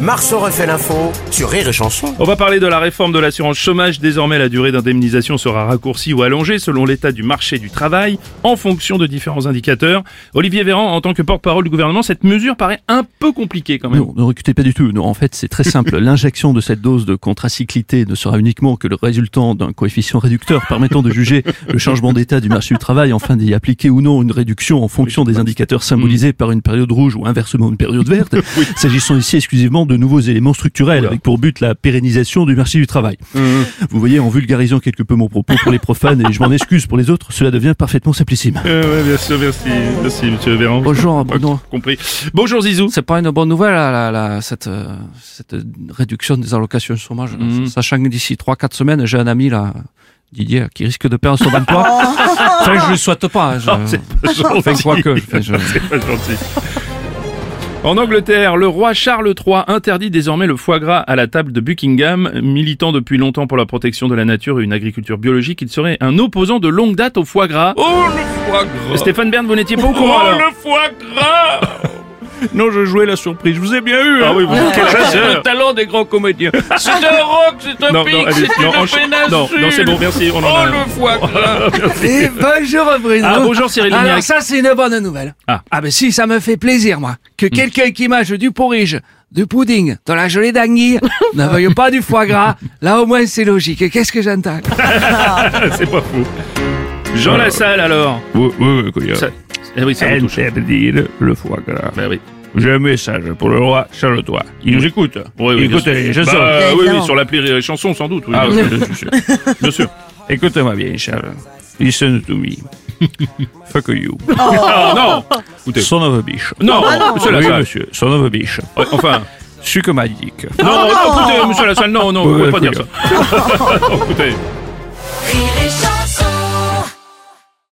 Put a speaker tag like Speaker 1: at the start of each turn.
Speaker 1: Marceau refait l'info sur Rire et Chanson.
Speaker 2: On va parler de la réforme de l'assurance chômage. Désormais, la durée d'indemnisation sera raccourcie ou allongée selon l'état du marché du travail, en fonction de différents indicateurs. Olivier Véran, en tant que porte-parole du gouvernement, cette mesure paraît un peu compliquée quand même.
Speaker 3: Non, ne recrutez pas du tout. Non, en fait, c'est très simple. L'injection de cette dose de contracyclité ne sera uniquement que le résultant d'un coefficient réducteur permettant de juger le changement d'état du marché du travail, enfin d'y appliquer ou non une réduction en fonction des indicateurs symbolisés par une période rouge ou inversement une période verte. S'agissant ici exclusivement de nouveaux éléments structurels
Speaker 2: Oula.
Speaker 3: avec pour but la pérennisation du marché du travail. Vous voyez, en vulgarisant quelque peu mon propos pour les profanes et je m'en excuse pour les autres, cela devient parfaitement simplissime.
Speaker 2: Euh, ouais, bien sûr, merci. Merci, monsieur Véran.
Speaker 3: Bonjour,
Speaker 2: Ok,
Speaker 3: Bruno.
Speaker 2: Compris. Bonjour Zizou.
Speaker 3: C'est pas une bonne nouvelle, là, là, là, cette, euh, cette réduction des allocations de chômage. là.
Speaker 2: Mhm.
Speaker 3: Sachant que d'ici 3-4 semaines, j'ai un ami, là, Didier, là, qui risque de perdre son emploi.
Speaker 4: Oh.
Speaker 3: enfin, je le souhaite pas. hein, je-
Speaker 2: Ah, c'est pas gentil.
Speaker 3: Enfin, quoi que, enfin, je-
Speaker 2: C'est pas gentil. En Angleterre, le roi Charles III interdit désormais le foie gras à la table de Buckingham. Militant depuis longtemps pour la protection de la nature et une agriculture biologique, il serait un opposant de longue date au foie gras.
Speaker 5: Oh le foie gras
Speaker 2: Stéphane Bern, vous n'étiez pas au
Speaker 5: Oh
Speaker 2: courant alors
Speaker 5: le foie gras Non, je jouais la surprise, je vous ai bien eu
Speaker 2: Ah
Speaker 5: hein.
Speaker 2: oui, vous êtes quel chasseur
Speaker 5: Le talent des grands comédiens C'est un rock, c'est un
Speaker 2: Non,
Speaker 5: pic,
Speaker 2: non, allez,
Speaker 5: c'est
Speaker 2: non,
Speaker 5: une
Speaker 2: encha-
Speaker 5: péninsule
Speaker 2: non, non, c'est bon, merci, on en
Speaker 5: Oh
Speaker 2: a un.
Speaker 5: le foie gras
Speaker 4: Et bonjour Bruno.
Speaker 2: Ah, bonjour, Cyril
Speaker 4: ben, Alors
Speaker 2: Lignac.
Speaker 4: ça c'est une bonne nouvelle.
Speaker 2: Ah. Mm.
Speaker 4: ben si ça me fait plaisir moi que quelqu'un qui mange du porridge, du pudding, dans la gelée d'anguille, ne veuille pas du foie gras. Là au moins c'est logique. Qu'est-ce que j'entends
Speaker 2: C'est pas fou. Jean Lassalle alors
Speaker 5: Oui, oui, oui,
Speaker 2: Ça- Eh oui, ça me touche.
Speaker 5: Interdire le foie gras.
Speaker 2: Bah oui.
Speaker 5: J'ai un message pour le roi Charles III. Il nous écoute.
Speaker 2: Oui, oui, bien sûr.
Speaker 5: Écoutez, je
Speaker 2: Bah,
Speaker 5: sors.
Speaker 2: euh, oui, oui, sur l'appli Rire et Chanson, sans doute. oui,
Speaker 5: Ah,
Speaker 2: bien
Speaker 5: ok,
Speaker 2: sûr.
Speaker 5: je suis sûr.
Speaker 2: Bien sûr.
Speaker 5: Écoute-moi bien, Charles. Listen to me. Fuck you.
Speaker 2: Ah, non
Speaker 5: Son of a bitch.
Speaker 2: Non, monsieur
Speaker 5: oui,
Speaker 2: Lassalle.
Speaker 5: monsieur. Son of a bitch.
Speaker 2: Ouais, Enfin.
Speaker 5: Suc magique.
Speaker 2: Ah, Non, non, écoutez, monsieur Lassalle, non, non, vous
Speaker 5: Ouais,
Speaker 2: pouvez pas
Speaker 5: ouais,
Speaker 2: dire ça. Non, écoutez.
Speaker 6: Rire et chanson